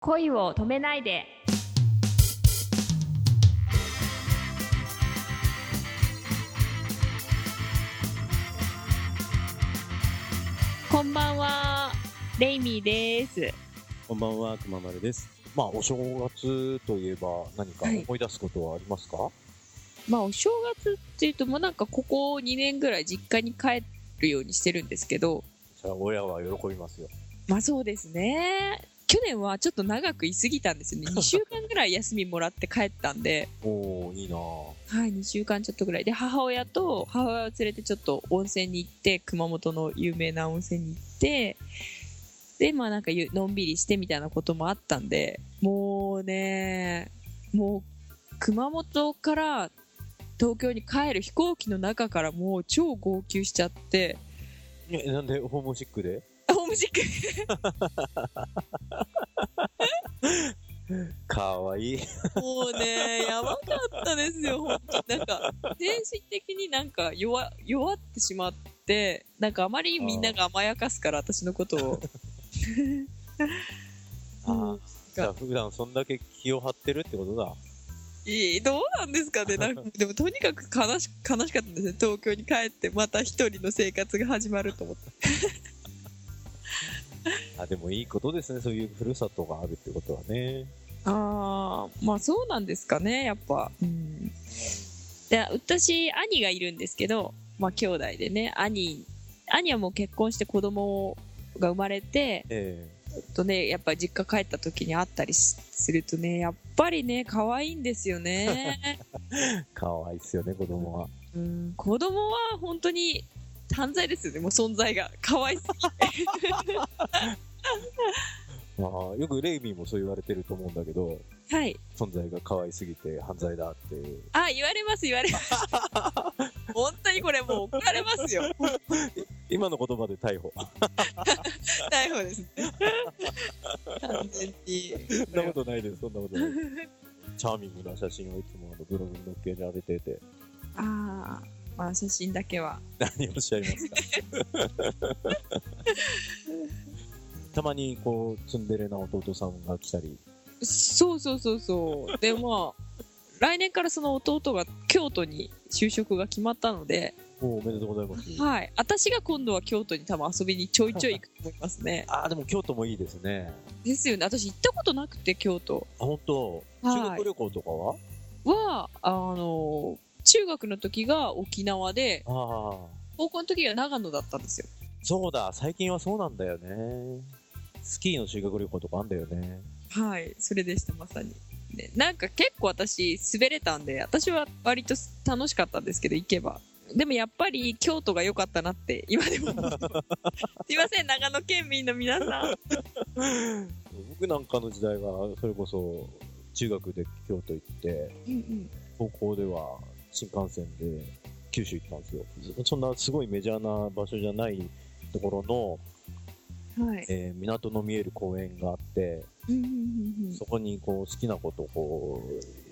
恋を止めないでこんばんはレイミーですこんばんは、くままるです。まあ、お正月といえば何かはい思い出すことはありますか、まあお正月っていうともうなんかここ2年ぐらい実家に帰るようにしてるんですけどじゃあ、親は喜びますよ。まあそうですね去年はちょっと長く居すぎたんです よね2週間ぐらい休みもらって帰ったんでおー、いいなぁ。はい2週間ちょっとぐらいで母親と母親を連れてちょっと温泉に行って熊本の有名な温泉に行ってでまあなんかゆのんびりしてみたいなこともあったんでもうねもう熊本から東京に帰る飛行機の中からもう超号泣しちゃってえ、なんで、ホームシックであホームシックかわいい。もうねやばかったですよ本当になんか精神的になんか弱弱ってしまってなんかあまりみんなが甘やかすから私のことをああ、じゃあ、普段そんだけ気を張ってるってことだ。いいどうなんです かねなんかでもとにかく悲し悲しかったんですね東京に帰ってまた一人の生活が始まると思ってあ、でもいいことですね。そういうふるさとがあるってことはね。ああまあそうなんですかねやっぱうんで私兄がいるんですけどまあ兄弟でね兄兄はもう結婚して子供が生まれてえちょっとねやっぱ実家帰った時に会ったりしするとねやっぱりね可愛いんですよねえかわいいっすよね、子供は。うん子供は本当に犯罪ですよねもう存在が可愛すぎてまあ、よくレイミーもそう言われてると思うんだけど、はい存在が可愛すぎて犯罪だって。あ言われます言われます本当にこれもう怒られますよ今の言葉で逮捕。逮捕ですね完全にそんなことないです、そんなことないです。チャーミングな写真をいつもあのブログに載っけられてて、 ああまあ写真だけは何をおっしゃいますか たまにこう、ツンデレな弟さんが来たり、そうそうそうそうでまあ来年からその弟が京都に就職が決まったのでおおめでとうございます。はい私が今度は京都に多分遊びにちょいちょい行くと思いますねああ、でも京都もいいですね。ですよね私行ったことなくて京都あ、本当。はい中国旅行とかははあの中学の時が沖縄でああ、高校の時が長野だったんですよそうだ、最近はそうなんだよね。スキーの修学旅行とかあんだよね。はい、それでした、まさに。ね、なんか結構私、滑れたんで、私は割と楽しかったんですけど、行けば。でもやっぱり京都が良かったなって、今でも思ってます。 すいません、長野県民の皆さん。僕なんかの時代は、それこそ、中学で京都行って、うん高校では新幹線で九州行ったんですよ。そんなすごいメジャーな場所じゃないところの、うん。はい。えー港の見える公園があって、うんうんうんうんそこにこう好きなことをこ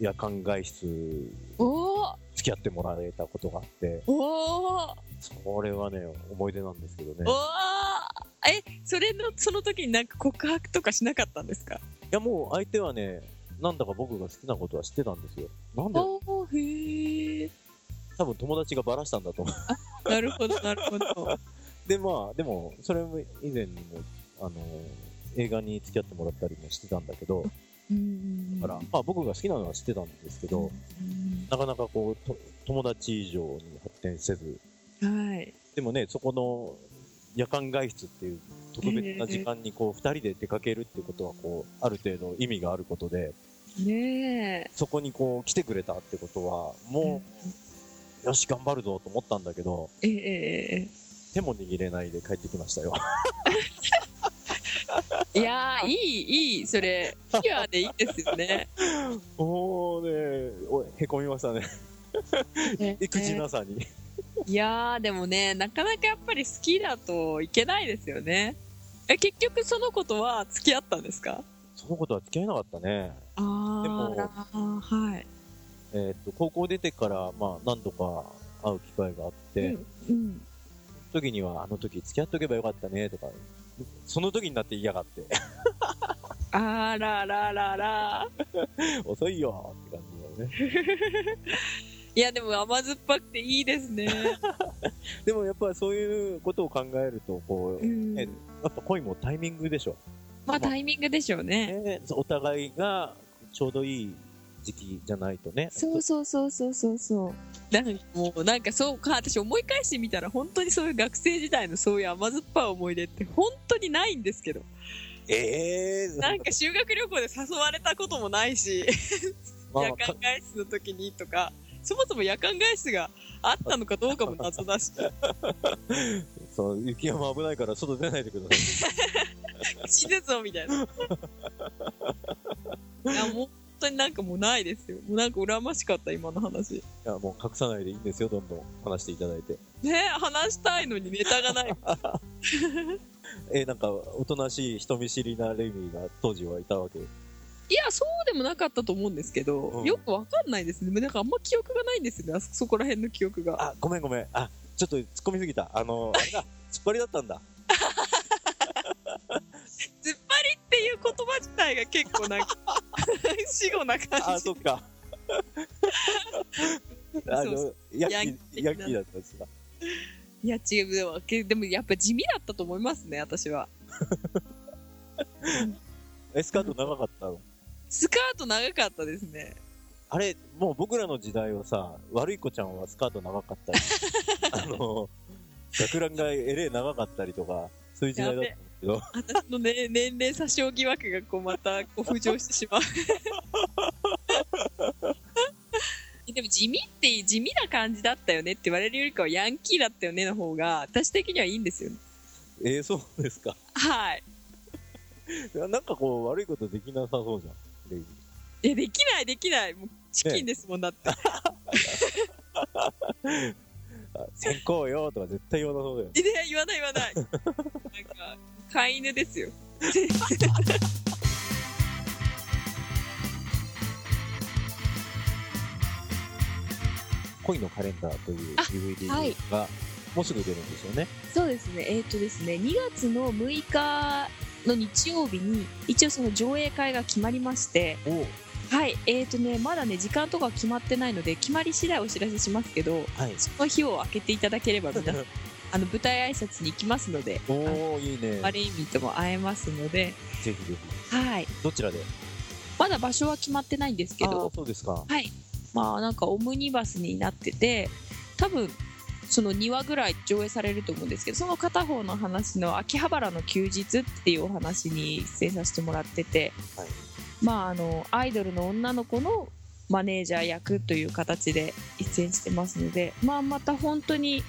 う夜間外出おー付き合ってもらえたことがあって、おーそれはね、思い出なんですけどね。おーえ、それの、その時になんか告白とかしなかったんですかいやもう相手はね、なんだか僕が好きなことは知ってたんですよ。なんで、おー、へえ。多分友達がバラしたんだと思う。 なるほど、なるほど。で、まあ、でも、それも以前にも、あの、映画に付き合ってもらったりもしてたんだけど、うんから、まあ僕が好きなのは知ってたんですけど、なかなかこうと友達以上に発展せず、はい。でもね、そこの夜間外出っていう特別な時間にこう、二人で出かけるってことはこう、ある程度意味があることで、ねえ。そこにこう来てくれたってことは、もう、よし、頑張るぞと思ったんだけど、ええええ手も握れないで帰ってきましたよ。いやーいいいいそれピュアでいいですよねもうね、 おへこみました ね。育児なさに。いやーでもねなかなかやっぱり好きだといけないですよねえ結局その子とは付き合ったんですかそのことは付き合えなかったね。あーでもあーはいえっと、高校出てから、まあ、何度か会う機会があって、うん時には、あの時付き合っとけばよかったね、とか、その時になって嫌がって。あらららら。 遅いよって感じだよね。いや、でも甘酸っぱくていいですね。でもやっぱそういうことを考えると、こう、うやんえっぱ恋もタイミングでしょ。まあ、タイミングでしょうね。ね、お互いがちょうどいい時期じゃないとね。そうそうそうそうそうそう。なんかもう、なんかそうか、私思い返してみたら、本当にそういう学生時代のそういう甘酸っぱい思い出って、本当にないんですけど。ええ ー、なんか修学旅行で誘われたこともないし、まあ夜間外出の時にとか、そもそも夜間外出があったのかどうかも謎だ し、そう、雪山危ないから外出ないでください。死ぬぞみたい な。いや、もう本当になんかもうないですよ。もうなんか羨ましかった、今の話。いや、もう隠さないでいいんですよ、どんどん話していただいて。ね話したいのにネタがない。えーなんか、おとなしい人見知りなレミが当時はいたわけ。 いや、そうでもなかったと思うんですけど、うんよくわかんないですね。なんかあんま記憶がないんですよね、あそそこら辺の記憶が。あ、ごめんごめん。あ、ちょっと突っ込みすぎた。あの、あれだ、突っ張りだったんだ。突っ張りっていう言葉自体が結構なん か、死後な感あ、 じ。そっか。あその、ヤッキー、ヤヤンキー的なッキーだったんですか。いや、違う、でも、けでもやっぱ地味だったと思いますね、私は。え、スカート長かったのスカート長かったですね。あれ、もう僕らの時代はさ、悪い子ちゃんはスカート長かったり、あの、学ランがエレ長かったりとか、そういう時代だったんですけど、私の、ね、 年齢詐称疑惑がこうまたこう浮上してしまう。 でも地味って地味な感じだったよねって言われるよりかはヤンキーだったよねの方が私的にはいいんですよね。えー、そうですか。はい。いやなんかこう、悪いことできなさそうじゃん、レイジいや、できないできない。もうチキンですもんだって。あ先行よとか絶対言わなそうだよね。いや、言わない言わない。なんか、飼い犬ですよ。恋のカレンダーというあ DVD はいが、もうすぐ出るんですよね。そうですね、えっ、とですね、2月の6日の日曜日に、一応その上映会が決まりまして、おはい、えっ、とね、まだね、時間とかは決まってないので、決まり次第お知らせしますけど、はい。その日を開けていただければ、皆さんあの舞台挨拶に行きますので、おー、いいね。マレイミーとも会えますので、ぜひぜひ。はい、どちらでまだ場所は決まってないんですけあどー、そうですか。はい、まあなんかオムニバスになってて多分その2話ぐらい上映されると思うんですけどその片方の話の「秋葉原の休日」っていうお話に出演させてもらってて、はいまああのアイドルの女の子のマネージャー役という形で出演してますのでまあまた本当に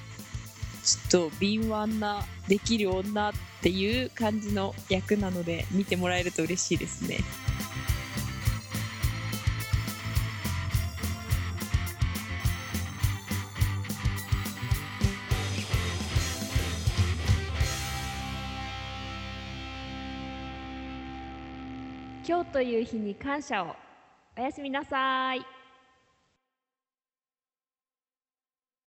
ちょっと敏腕なできる女っていう感じの役なので見てもらえると嬉しいですね。今日という日に感謝をおやすみなさい